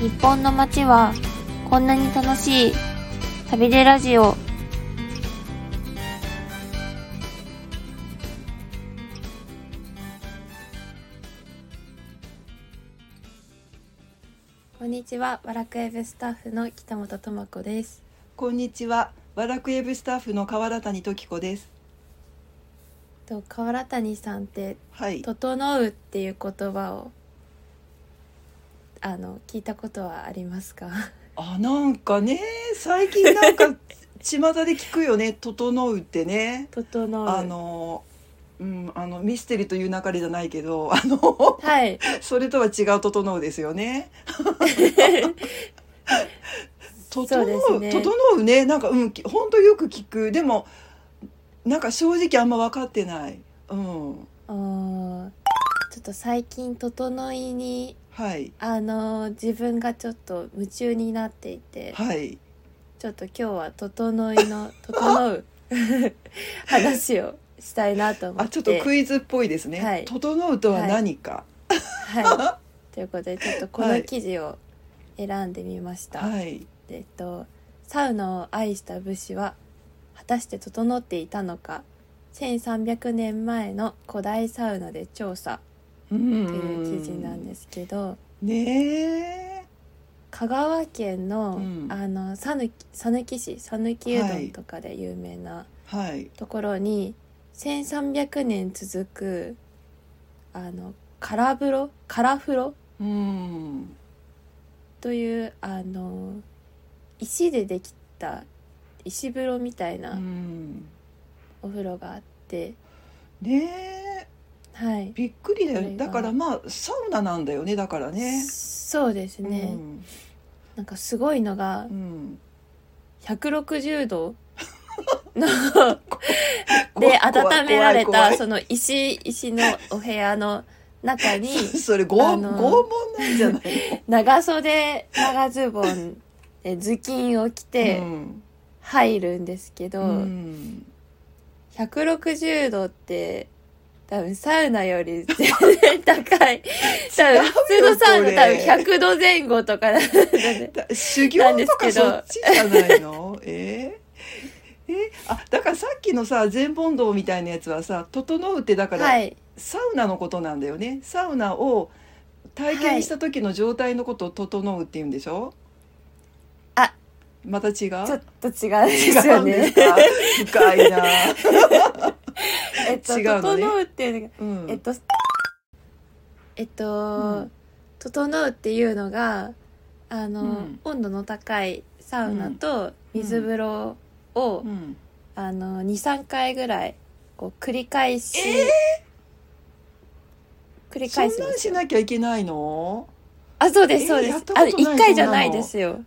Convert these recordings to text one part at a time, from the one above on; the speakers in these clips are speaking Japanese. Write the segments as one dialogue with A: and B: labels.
A: 日本の街はこんなに楽しい旅でラジオ
B: こんにちは、ワラクエブスタッフの北本智子です。
C: こんにちは。ワラクエブスタッフの川田谷時子です。
B: と河原谷さんって
C: はい。
B: 整うっていう言葉をあの聞いたことはありますか？
C: あ、なんかね、最近なん か巷で聞くよね。整うってね。
B: 整う。
C: あの、うん、あのミステリーという流れじゃないけど、あの
B: はい。
C: それとは違う整うですよ ね。整
B: そうです
C: う、
B: ね
C: 整うね。なんかうん、き本当よく聞く。でもなんか正直あんま分かってない。うん。
B: うーんちょっと最近整いに
C: はい。
B: あの自分がちょっと夢中になっていて、
C: はい。
B: ちょっと今日は整い の整う 話をしたいなと思って。
C: あ、ちょっとクイズっぽいですね。
B: はい
C: 整うとは何か。
B: はい。ということでちょっとこ
C: は
B: の
C: い
B: 記事を選んでみました。
C: はい。
B: えっとサウナを愛した武士は果たして整っていたのか。1300年前の古代サウナで調査と
C: と
B: い
C: いう。
B: 記事なんですすけど、
C: ねえ。
B: 香川県の、
C: うん
B: あの讃岐讃岐市讃岐うどんとかで有名な
C: はい。
B: ところに、1300年続くあの空風呂空風呂
C: うん。。
B: というあの石でできた石風呂みたいうなんお風呂があって、
C: ねえ。
B: はい、
C: びっくりだよ
B: これ
C: ね。
B: が
C: だからまあサウナなんだよね。だからね。
B: そうですね、
C: うん
B: なんかすごいのが
C: うん。
B: 160度の
C: 怖
B: で
C: い怖い
B: 温められ
C: 怖
B: た
C: い
B: その石石のお部屋の中 に
C: それ拷
B: あの
C: 拷問なんじゃないの
B: 長袖長ズボンで頭巾を着
C: う
B: て
C: ん
B: 入るんですけど、
C: うん
B: 160度って多分サウナより全然高 い多分普通のサウナ
C: これ
B: 多分100度前後とかなんで
C: だ修
B: なんで
C: 行
B: す
C: と
B: けど
C: かそっちじゃないの えー、えーあだからさっきのさ全問答みたいなやつはさ「整う」ってだから
B: はい
C: サウナのことなんだよねサウナを体験した時の状態のことを整うって言うんでしょ、
B: はいあ
C: また違う違
B: ちょ
C: う
B: っと違うんですよ
C: んです
B: ね
C: か深 いな、
B: えっと
C: 違うのね
B: 整うっていうのが
C: うん
B: えっとえっ
C: う
B: と
C: ん
B: 「整う」っていうのがあの、
C: うん
B: 温度の高いサウナと水風呂を、
C: うん
B: あの23回ぐらいこう繰り返し、繰り
C: そ
B: 返
C: ん
B: すん
C: な
B: で
C: ん
B: す
C: し
B: よ
C: なきゃいけないの
B: あそうです
C: えー
B: そうで
C: や
B: す
C: ったこと
B: あ
C: ない
B: 一回じゃないですよ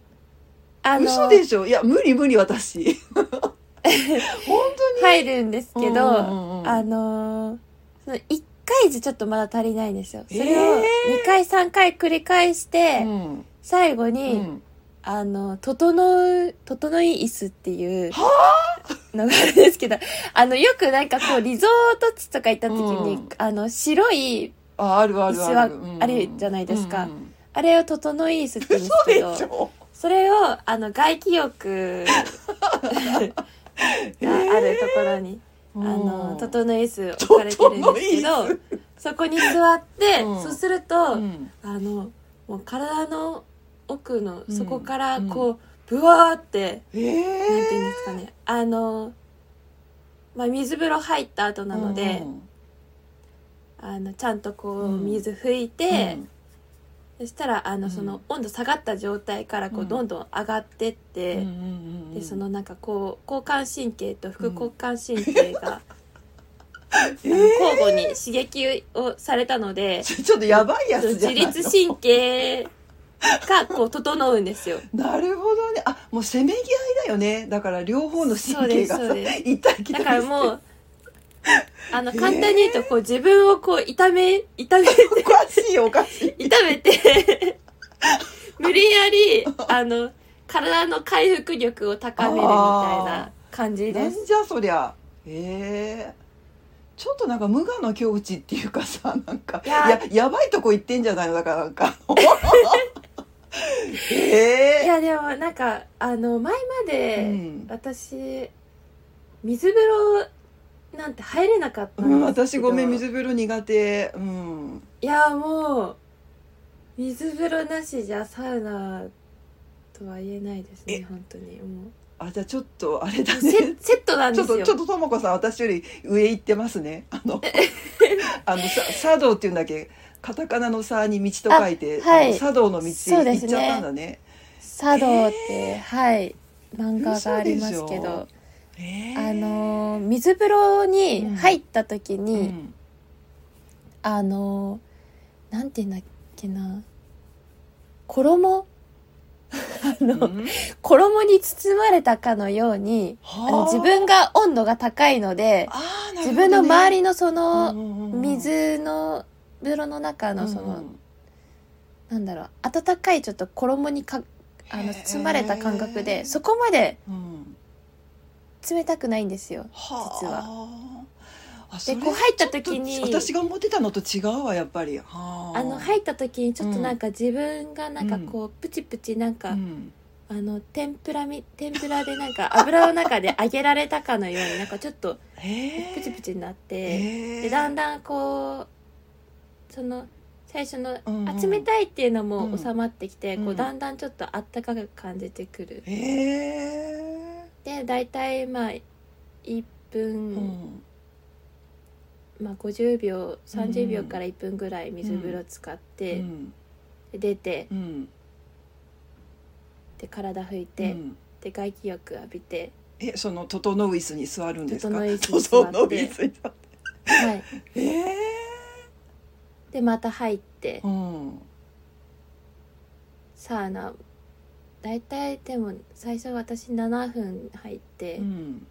B: あ
C: 嘘でしょいや無理無 理私本当に
B: 入るんですけど、
C: うんうんうん
B: あのーその1回じゃちょっとまだ足りないんですよそれを
C: えー
B: 2回3回繰り返して、
C: うん
B: 最後
C: う
B: に、
C: ん
B: あの、整う、整い椅子っていうのがあるんですけど、あの、よくなんかこう、リゾート地とか行った時に、
C: うん
B: あの、白い、
C: ああるある
B: 椅子は
C: ある、うん
B: あるじゃないですか
C: うんうん
B: あれを整い椅子って言うんです
C: 嘘
B: け
C: で
B: ど、
C: し
B: そ
C: ょ
B: れを、あの、外気浴があるところに、
C: あ
B: あの、整い椅子置かれてるんですけ
C: 整い
B: ど、そこに座って、
C: うん
B: そうすると、
C: うん
B: あの、もう体の奥の、
C: うん
B: そこからこう、ブワーって、なん
C: え
B: ていうん
C: ー
B: ですかねあの、まあ、水風呂入った後なので、
C: うん
B: あのちゃんとこう
C: うん
B: 水拭いて、
C: うん
B: そしたらあの
C: うん
B: その温度下がった状態からこ
C: う
B: うんどんどん上がってって、
C: うんうんうん
B: でそのなんかこう交感神経と副交感神経 が、あの交互に刺激をされたので、
C: ちょちょっとやばいやつ
B: 自
C: じゃないの
B: 律神経がこう整うんですよ。
C: なるほどねあもうせめぎ合いだよねだから両方の神経が
B: そう
C: さ
B: です
C: いたり来
B: だ
C: たり
B: から
C: う
B: もう、あの、
C: へー
B: 簡単に言うと、こう、自分をこう、痛め、痛 めて、
C: おかしいおかしい
B: 痛めて、無理やり、あの、体の回復力を高めるみたいな感じ
C: な
B: で
C: ん
B: す。
C: じゃそりゃええちょっとなんか無我の境地っていうかさなんか
B: い
C: い
B: や
C: ややばいとこ行ってんじゃないのだからなんかあのえ
B: い
C: え
B: やでもなんかあの前まで、
C: うん
B: 私水風呂なんて入れなかった
C: うん、
B: んです
C: 私
B: けど、
C: ごめん水風呂苦手うん
B: いやもう水風呂なしじゃサウナとは言えないです
C: え
B: ね本当にもう
C: あじゃあちょっとあれだ
B: セ
C: ね
B: セットなん
C: ち
B: で
C: ょっ
B: す
C: と
B: よ
C: ちょっとともこさん私より上行ってますねあ のあのさ茶道っていうんだっけカタカナの「さ」に道と書いて
B: あはい
C: あの茶道の道
B: そう
C: 行
B: で
C: っ
B: すね
C: ちゃったんだね
B: 茶道って、はい漫画がありますけ
C: 嘘
B: ど
C: え
B: あの水風呂に入った時に、
C: うん
B: あのなんて言うんだっけな衣
C: うん
B: 衣に包まれたかのように
C: は
B: あの自分が温度が高いので、
C: あーなる
B: 自
C: ほどね
B: 分の周りのその
C: うんうんうん
B: 水の風呂の中のその、
C: うん
B: なんだろう温かいちょっと衣にかあ
C: へ
B: の
C: ー
B: 包まれた感覚でそこまで
C: うん
B: 冷たくないんですよ。
C: はあ
B: 実
C: あそれ
B: こう入った時に
C: ちょっと私が思ってたのと違うわやっぱりは
B: あの入った時にちょっとなんか自分がなんかこうプチプチなんか、
C: うん
B: あの天ぷらみ天ぷらでなんか油の中で揚げられたかのようになんかちょっと
C: へえ
B: プチプチになって。
C: へえ
B: でだんだんこうその最初の
C: うんうん
B: あ冷たいっていうのも
C: うん
B: 収まってきて、
C: うん
B: こうだんだんちょっとあったかく感じてくる、
C: へえ
B: で大体まあ1分、
C: うん
B: まあ、50秒30
C: う
B: 秒
C: ん
B: から1分ぐらい水風呂使って、
C: うん
B: で出て
C: うん
B: で体拭いて、
C: うん
B: で外気浴浴び て、
C: えその整う椅子に座るんですか
B: 整う椅子に座って
C: 整う椅子に座っ
B: はい、
C: てへえ
B: でまた入って
C: うん
B: サウナ大体でも最初私7分入って、
C: うん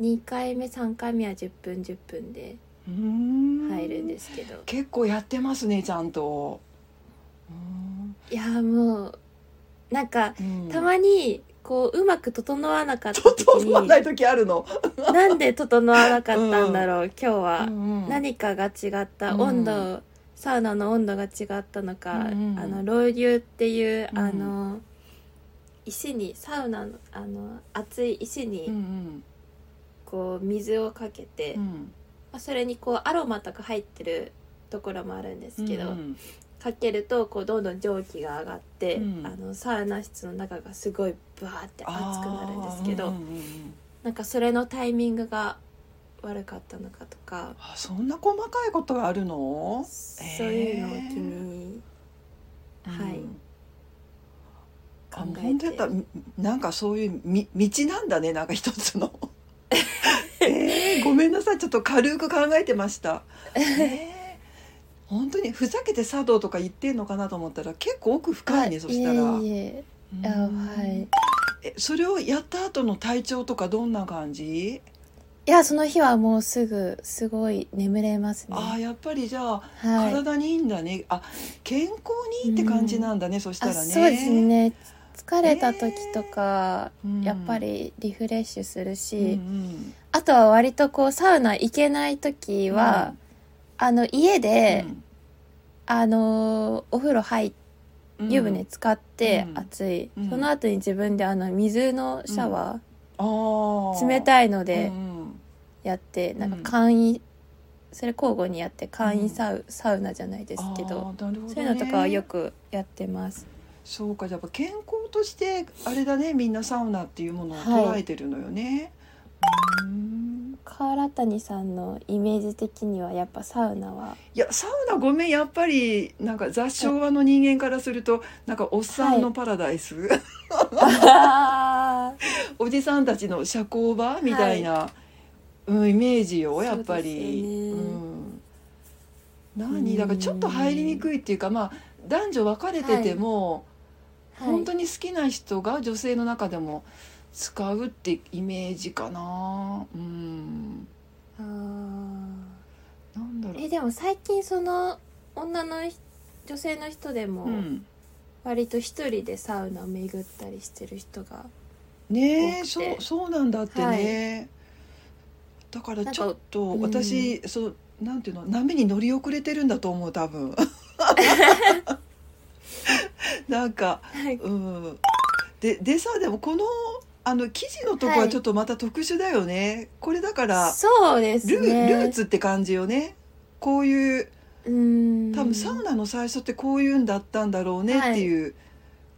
B: 2回目3回目は10分10分で
C: うん
B: 入るんですけど、
C: 結構やってますねちゃんとうん
B: いやーもうなんか
C: うん
B: たまにこううまく整わなかった時
C: 整わ
B: に
C: ない時あるの、
B: なんで整わなかったんだろう、今日は、
C: うんうん
B: 何かが違った
C: うん
B: 温度、サウナの温度が違ったのか、
C: うんうん
B: あの老流っていう、
C: うん
B: あの石にサウナのあの熱い石
C: う
B: に
C: ん
B: こう水をかけて、
C: うんうん
B: まあそれにこうアロマとか入ってるところもあるんですけど、
C: うん
B: かけるとこうどんどん蒸気が上がって、
C: うん
B: あのサウナ室の中がすごいバーって熱くなるんですけど、
C: あー,うんうんうん、
B: なんかそれのタイミングが悪かったのかとか、
C: あそんな細かいことがあるの、
B: そういうのを気に、はい
C: うん
B: 考え
C: あもう本当やった
B: て
C: みなんかそういうみ道なんだねなんか一 つのえー、ごめんなさいちょっと軽く考えてました、えー、本当にふざけて茶道とか言ってんのかなと思ったら結構奥深いね、そしたら
B: いえいえ
C: うん
B: あはい
C: えそれをやった後の体調とかどんな感じ、
B: いやその日はもうすぐすごい眠れますね
C: ああ
B: はい
C: やっぱりじゃ
B: あ
C: あ体にいいんだね、あ健康にいいって感じなんだね、そしたらね
B: そうです、ね疲れた時とか、
C: うん
B: やっぱ、りリフレッシュするし、
C: うんうん
B: あとは割とこうサウナ行けない時は、あの家で、
C: うん
B: あのーお風呂入って
C: うん
B: 湯船使って
C: うん
B: 暑い、
C: うん
B: その後に自分であの水のシャワ
C: あ
B: ー、
C: ー
B: 冷たいの
C: う
B: で
C: んうん
B: やって、なん
C: うん
B: か簡易それ交互にやって簡
C: うん
B: 易サウ,、サウナじゃないですけど
C: あーなるほどね
B: そういうのとかはよくやってます
C: そうかじゃあやっぱ健康としてあれだねみんなサウナっていうものを捉えてるのよね、うーん
B: 河原谷さんのイメージ的にはやっぱサウナはい
C: やサウナごめんやっぱりなんか雑昭和の人間からするとなんかおっさんのパラダイス、
B: あ
C: おじさんたちの社交場みたいな、うん、イメージよやっぱ
B: そ
C: り。
B: うですよね
C: うん
B: う
C: 何
B: ん
C: だからちょっと入りにくいっていうかまあ男女分かれてても、
B: ー、
C: 本当
B: に
C: に好きな人が女性の中でも使うってイメージかなうん
B: あ
C: なんだ
B: ー
C: ろう
B: えでも最近その女の人女性の人でも、
C: うん、
B: 割と一人でサウナ巡ったりしてる人が
C: ね
B: 多
C: え
B: く
C: そ
B: て
C: うそうなんだってね、だからちょっと
B: なんかうん
C: 私そうなん ていうの波に乗り遅れてるんだと思う多分なんかうんででさでもこのあの生地のとこ
A: は
C: はいちょっとまた特殊だよね、これだから
B: そうです
C: ル,、
B: ね
C: ルーツって感じよねこういう
B: うーん
C: 多分サウナの最初ってこういうんだったんだろうね
B: はい
C: っていう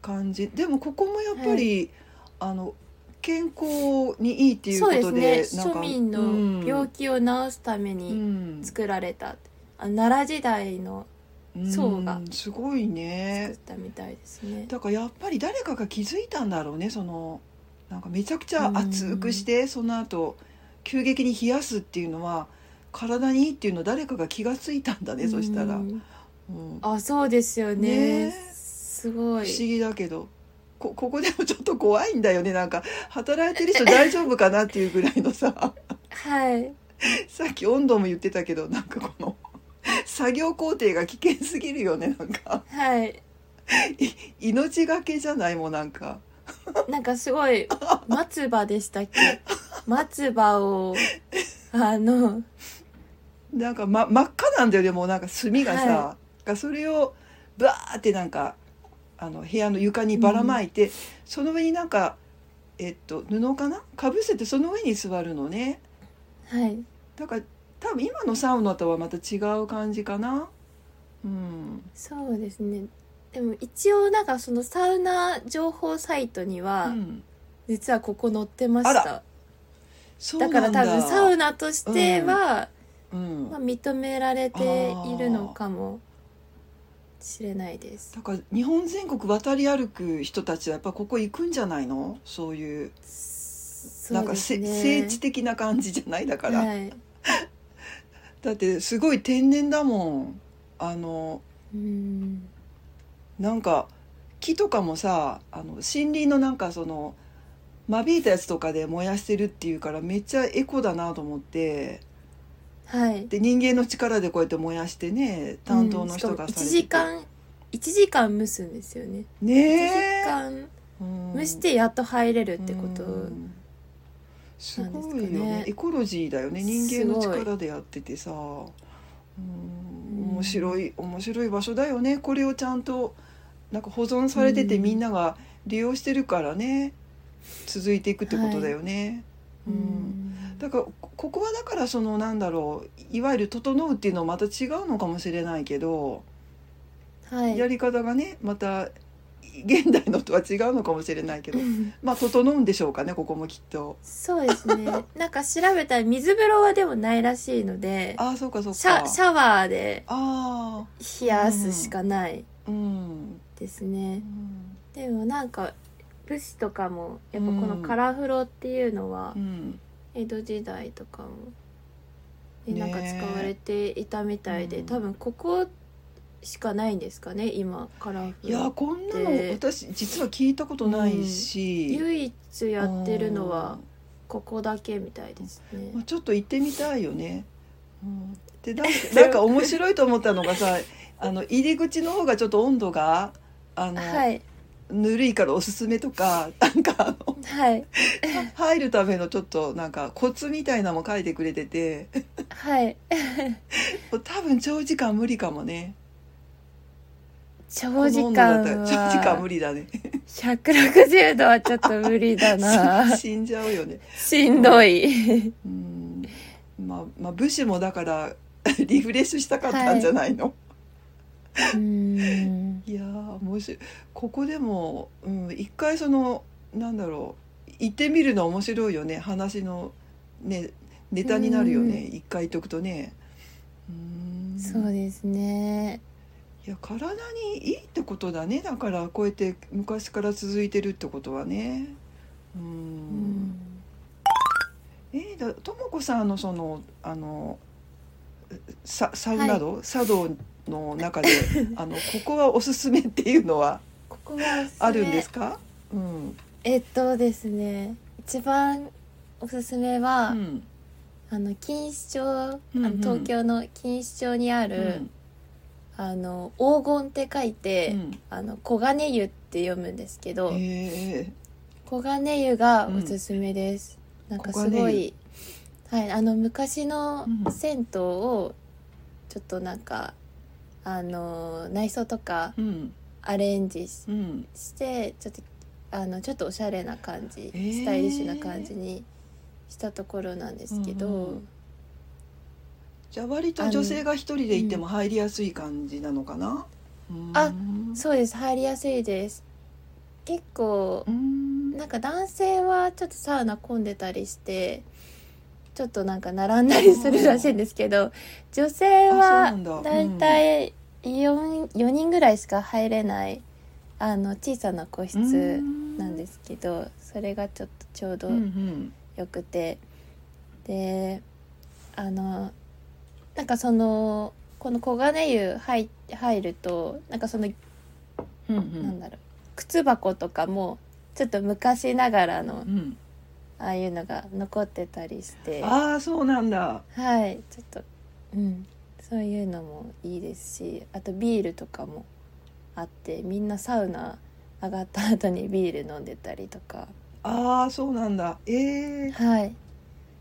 C: 感じ、でもここもやっぱり、あの健康にいいっていうこ
B: そ
C: と
B: う
C: で
B: ですね
C: なんか
B: 庶民の病気を治すため
C: う
B: に
C: ん
B: 作られた、あ奈良時代の
C: うん
B: 層が
C: すごい
B: 作っ
C: ね
B: たみたいですね、
C: だからやっぱり誰かが気づいたんだろうねそのなんかめちゃくちゃ熱くして、その後急激に冷やすっていうのは体にいいっていうの誰かが気がついたんだね、そしたら、
B: う
C: うん
B: ん
C: 不思
B: あそうですよね
C: ね
B: すごい
C: 議だけどこここでもちょっと怖いんだよねなんか働いてる人大丈夫かなっていうぐらいのさ
B: はい
C: さっき温度も言ってたけどなんかこの作業工程が危険すぎるよねなんか
B: はい
C: い命がけじゃないもうなんか
B: なんかすごい松葉でしたっ け松葉をあの
C: なんか、ま、真っ赤なんだよでもなんか炭がさ、
B: は
C: がそれをバーってなんかあの部屋の床にばらまいて、その上になんか、えっと、布かなかぶせてその上に座るのね
B: はい
C: だから多分今のサウナとはまた違う感じかなうん
B: そうですねでも一応なんかそのサウナ情報サイトには、
C: うん
B: 実はここ載ってまし
C: あ
B: た
C: そうな
B: だ
C: ん
B: から多分サウ
C: ナ、
B: ナとしては、
C: うん
B: まあ、認められているのかもしれないです
C: だから日本全国渡り歩く人たちはやっぱここ行くんじゃないのそういう
B: そ
C: なん
B: う
C: か
B: です
C: せ、
B: ね
C: 聖地的な感じじゃないだから、
B: はい
C: だってすごい天然だもんあの
B: うん
C: なんか木とかもさあの森林のなんかその間引いたやつとかで燃やしてるっていうからめっちゃエコだなと思って
B: はい
C: で人間の力でこうやって燃やしてね担当の人
B: う
C: が
B: んしかも1
C: されてて
B: 時間一時間蒸すんですよね、一
C: ねえ
B: 時間
C: うん
B: 蒸してやっと入れるってこと、
C: うんす
B: なんです
C: ご
B: か
C: い
B: ね
C: よねエコロジーだよね人間の
B: すごい
C: 力でやっててさうん
B: うん
C: 面白い面白い場所だよねこれをちゃんとなんか保存されてて
B: うん
C: みんなが利用してるからね続いていくってことだよね。
B: う
C: うん
B: ん
C: だからこここはだからそのなんだろういわゆる「整う」っていうのはまた違うのかもしれないけど、
B: はい
C: やり方がねまた現代のとは違うのかもしれないけど
B: うん
C: まあ整うんでしょうかねここもきっと。
B: そうです ねなんか調べたら水風呂はでもないらしいので
C: ああそうかそうか。
B: シャシャワーで
C: あ
B: 冷やすしかない
C: あうん、
B: ですね、
C: うん
B: でもなんか武士とかもやっぱこのカラフロっていうのは
C: うん、
B: 江戸時代とかも、ね、
C: ね
B: なんか使われていたみたいで、
C: うん
B: 多分ここしかないんですかね今カラフ
C: いやー
B: ロ
C: こんなの
B: で
C: 私実は聞いたことないし、
B: 唯一やってるのはここだけみたいですね
C: うん、まあ、ちょっと行ってみたいよね。うん、で なんかなんか面白いと思ったのがさあの入り口の方がちょっと温度があの、
B: はい
C: ぬるいからおすすめとかなんかあの
B: はい
C: 入るためのちょっとなんかコツみたいなのも書いてくれてて
B: はい
C: 多分長時間無理かもね
B: 長時
C: この温度だ
B: 間
C: ったら
B: は
C: 長時間無理だね
B: 160度はちょっと無理だ な
C: 死んじゃうよね
B: しんどい
C: うんまあ、まあ武士もだから リフレッシュしたかったんじゃないの、
B: うん
C: い、やー面白いここでも、うん、一回そのなんだろう行ってみるの面白いよね話の、ね、ネタになるよね一回行っとくとねうん
B: そうですね
C: いや体にいいってことだねだからこうやって昔から続いてるってことはねうん
B: うん
C: えー、だともこさんのそのあのさサウナ道、茶道の中 であのここはおすすめっていうのは
B: ここは
C: あるんですか？うん。
B: えっとですね一番おすすめ
C: う
B: は、
C: ん。
B: あの錦糸町、あ
C: うん
B: の
C: うん
B: 東京の錦糸町にあ
C: う
B: る、
C: ん。
B: あの黄金って書いて、
C: うん
B: あの黄金湯って読むんですけど、
C: え
B: 黄金湯がおすすめです、なんかすごい、はい、あの昔の
C: うん
B: 銭湯をちょっとなんかあの内装とか
C: ー。うん。
B: アレンジし
C: うん
B: してちょっとあのちょっとおしゃれな感じ、
C: えー
B: スタイリッシュな感じにしたところなんですけど、
C: うんうんじゃあ割と女性が一人で行っても入りやすい感じなのかな
B: あ
C: うん
B: そうです入りやすいです結構
C: うん
B: なんか男性はちょっとサウナ混んでたりしてちょっとなんか並んだりするらしいんですけど女性
C: あ
B: は
C: そうなんだ
B: だいたい 4, 4人ぐらいしか入れないあの小さな個室なんですすけどそれがちょっとちょうど
C: うんうん
B: よくて、であのなんかそのこの黄金湯入入るとなんかその
C: うんう
B: なん
C: ん
B: だろう靴箱とかもちょっと昔ながらの
C: うん
B: ああいうのが残ってたりしては
C: ああそうなんだ
B: いちょっとうんそういうのもいいですしあとビールとかもあってみんなサウナ上がった後にビール飲んでたりとか
C: ああそうなんだえー、
B: はい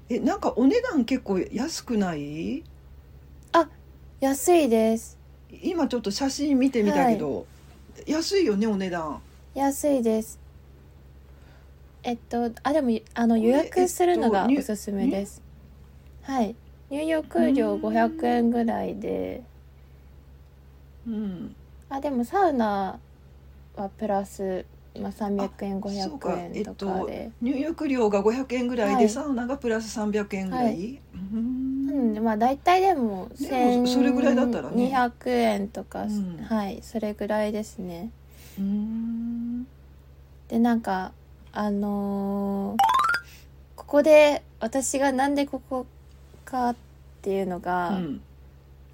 C: えなんかお値段結構安くない
B: 安いです
C: 今ちょっと写真見てみたけど、安いよねお値段
B: 安いですえっとあでもあの
C: これ
B: 予約するのが
C: えっと
B: おすすめです、はい入浴料
C: うーん
B: 500円ぐらいで
C: うん
B: あでもサウナはプラス、まあ、300円
C: そうか
B: 500円とかで、
C: 入浴料が500円ぐらいで、
B: はい
C: サウナがプラス300円ぐらい、
B: は
C: うん
B: うんまあ大体でも
C: でもそれぐらいだったらね
B: 1200円とか、
C: うん
B: はいそれぐらいですね
C: うん
B: でなんかあのーここで私がなんでここかっていうのが、
C: うん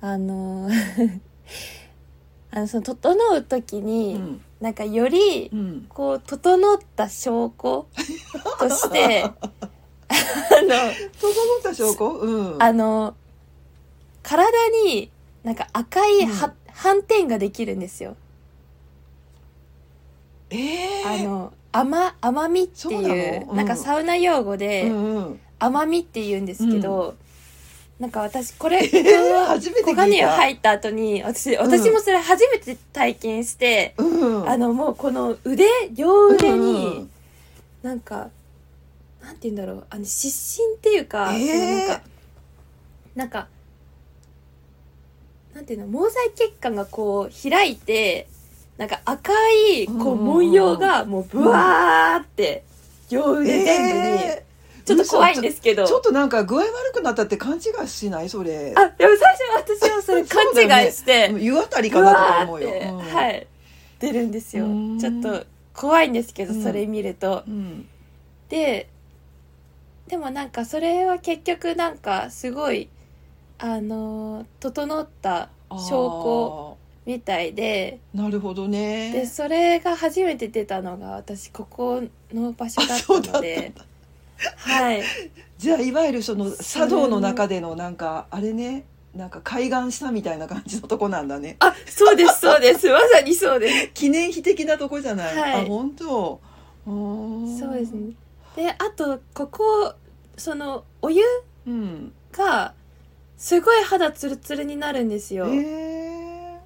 B: あのー あのその整う時
C: う
B: に、
C: ん
B: なんかより
C: うん
B: こう整った証拠としてあの
C: 整った証拠うん
B: あの、体になんか赤いは、
C: うん
B: 斑点ができるんですよ。
C: ええ
B: あの、甘、甘みって
C: そうな
B: いう、
C: のうん
B: なんかサウナ用語で、
C: うんうん、
B: 甘みって言うんですけど、なんか私これ、
C: えー、初めて
B: 小
C: 聞い
B: 金を
C: た、
B: 入った後に、私、私もそれ初めて体験して、
C: うん、
B: あの、もうこの腕、両腕に、
C: うん
B: なんか、なんて言うんだろう、あの、失神っていうか、
C: えー
B: なんか、なんか、なんていうの、毛細血管がこう開いて、なんか赤い、こう
C: うん
B: 文様がもうブワーって、両腕全部に、
C: えー
B: ちょっと怖いんですけど、
C: ちょっとなんか具合悪くなったって勘違いしないそれ
B: あ、でも最初私はそれ勘
C: そうだよ
B: 違
C: ね
B: いして、
C: 湯あたり
B: ブ
C: かな
B: ワ
C: と
B: ー
C: 思
B: っ
C: うよ、
B: て、
C: うん
B: はい、出るんですよ
C: う。ん
B: ちょっと怖いんですけど、
C: うん
B: それ見ると。
C: うん
B: ででもなんかそれは結局なんかすごいあのー整った証拠みたいで
C: あーなるほど
B: で
C: ね
B: それが初めて出たのが私ここの場所だったので
C: だ
B: はい
C: じゃあいわゆるその茶道の中でのなんかあれねなんか海岸したみたいな感じのとこなんだ ね
B: あそうですそうですまさにそうです
C: 記念碑的なとこじゃない、
B: はい
C: あ本当あー
B: そうですねであとここそのお湯
C: うん
B: がすごい肌ツルツルになるんです
C: え
B: よ、
C: ー、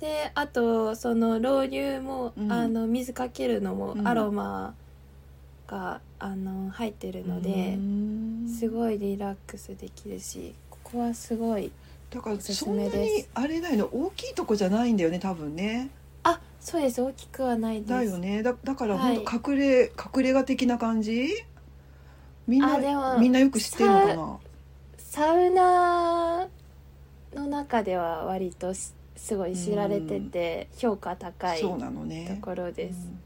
B: であとその老乳も、
C: うん
B: あの水かけるのも
C: うん
B: アロマが、あの入ってるので、す
C: い
B: ごいリラックスできるしここはすごい
C: だから
B: おすす
C: そんな
B: めです
C: にあれだよね大きいとこじゃないんだよね多分ね
B: あそうです大きくはないです
C: だよねだだから
B: はい
C: 本当隠れ、隠れ家的な感じみん
B: あで
C: な
B: も
C: みんなよく知ってるのかな
B: サウナの中では割としすごい知られてて評価高い
C: そう
B: と
C: なのね
B: ころです、
C: うん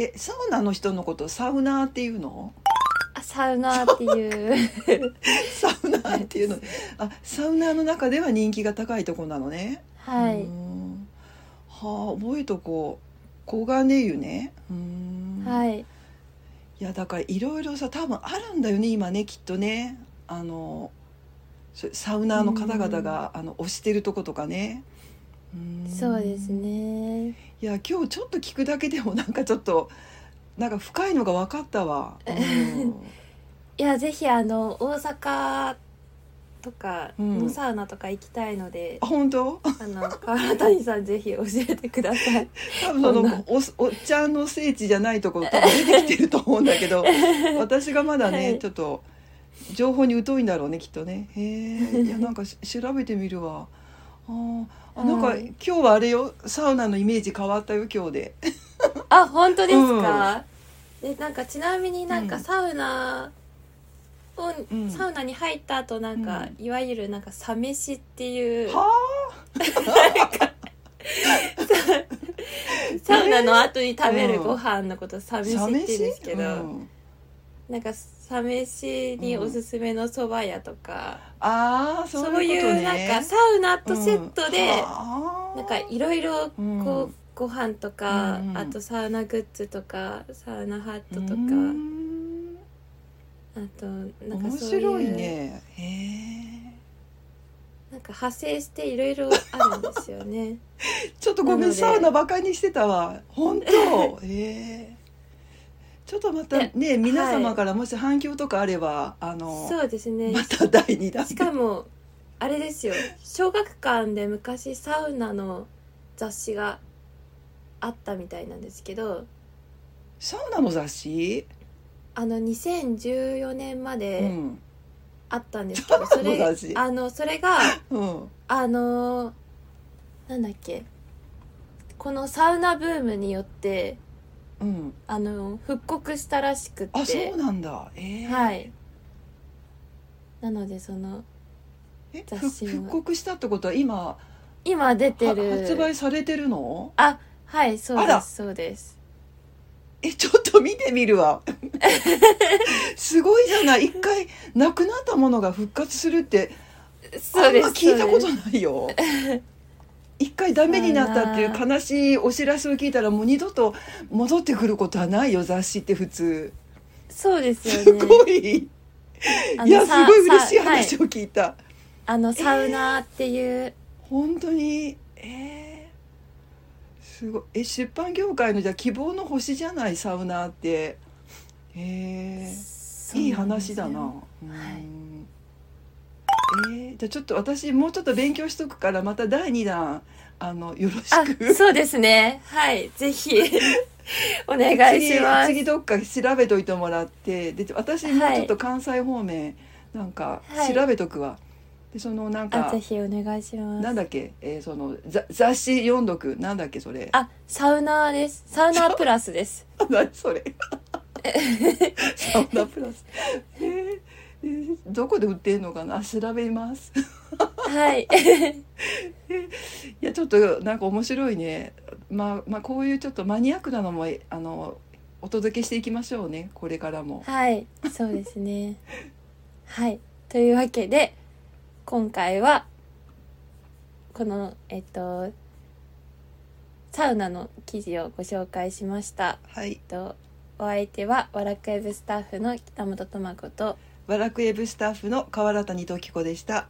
C: えサウナの人のことサウナーってい うの
B: あサウナーって いう
C: サウナーっていうのあサウナーの中では人気が高いとこなのね
B: はいう
C: ー、んはあ覚えとこう黄金湯ねうーん
B: はい
C: いやだからいろいろさ多分あるんだよね今ねきっとねあのそうサウナーの方々が、あの推してるとことかねうーん
B: そうですね
C: いや今日ちょっと聞くだけでもなんかちょっとなんか深いのが分 かったわ、うん
B: いやぜひあの大阪とか
C: うん
B: のサウナとか行きたいので
C: あ、本当
B: あの川原谷さんぜひ教えてくださ い。
C: 多分そ
B: こん
C: の
B: な
C: おおっちゃんの聖地じゃないところ多分出てきてると思うんだ けど私がまだね、
B: はい
C: ちょっと情報に疎いんだろうねきっとねへ えいやなんかし調べてみるわあーあなんか、
B: はい
C: 今日はあれよサウナのイメージ変わったよ今日で
B: あ本当ですか、でなんかちなみになん
C: う
B: か
C: ん
B: サウナを、
C: うん
B: サウナに入った後なんか、いわゆるなんかサ飯っていう
C: は
B: サウナの後に食べるご飯のことサ
C: あ
B: 飯って言うんですけど、
C: うん
B: なんかサ飯におすすめの蕎麦屋とか、
C: ああ
B: そ
C: そう
B: う
C: い
B: いう
C: こと
B: う
C: ね
B: なんかサウナとセットで、なんかいろいろこう、
C: うん
B: ご飯とか、
C: うんうん
B: あとサウナグッズとかサウナハットとか、
C: か
B: あとなんか
C: 面
B: そういう
C: 白いねへ
B: なんか派生していろいろあるんですよね。
C: えちょっとご
B: な
C: め
B: の
C: ん
B: で
C: サウナバカにしてたわ 本当へえちょっとまたね皆様からもし反響とかあればあの
B: そうですね。
C: また第2弾
B: しかもあれですよ。小学館で昔サウナの雑誌があったみたいなんですけど、
C: サウナの雑誌
B: あの2014年ま
C: う
B: で
C: ん
B: あったんですけど、そ
C: サウナの
B: れ
C: 雑誌
B: あのそれが
C: うん
B: あのなんだっけこのサウナブームによって
C: うん
B: あの復刻したらしくって。
C: あそうなんだええ
B: はい。なのでその
C: えふ
B: 雑誌は
C: 復刻したってことは今は
B: 今出てる
C: 発売されてるの
B: はいそう
C: あら
B: ですそうです
C: えちょっと見てみ るわすごいじゃない一回なくなったものが復活するって
B: そうです
C: あんま聞いたこ
B: そ
C: と
B: うで
C: ないよ一回ダメになったってい
B: あ
C: う
B: ら
C: 悲しいお知らせを聞いたらもう二度と戻ってくることはないよ雑誌って普通
B: すそうですよね
C: すごい、
B: あの
C: いやす
B: さ
C: ごい嬉しい
B: さはい
C: 話を聞いた、
B: あのサウナーっていう
C: 本当にえー、すごいえ出版業界のじゃあ希望の星じゃないサウナーってえー、
B: そう
C: いい
B: なんです
C: 話
B: よ
C: だな。
B: はい
C: うんえーじゃあちょっと私もうちょっと勉強しとくからまた第二弾あのよろし
B: あ
C: く。
B: そうですねはいぜ ひお願いします
C: 次次どっか調べといてもらってで私もうちょっと関西方面なんか
B: はい
C: 調べとくわ。でそのなん
B: あ
C: か
B: ぜひお願いします
C: なんだっけ、えーそのざ雑誌読んどくなんだっけそれ。
B: あサウナーですサウナープラスです
C: 何 それサウナプラス、えーえーどこで売ってんのかなあ調べます
B: はい
C: いやちょっとなんか面白いね、まあ、まあこういうちょっとマニアックなのもえあのお届けしていきましょうねこれからも
B: はいそうですねはいというわけで今回はこのえっとサウナの記事をご紹介しました、
C: はい
B: えっと、お相手はワラクエブスタッフの北本智子と
C: ワラクエブスタッフの河原谷時子でした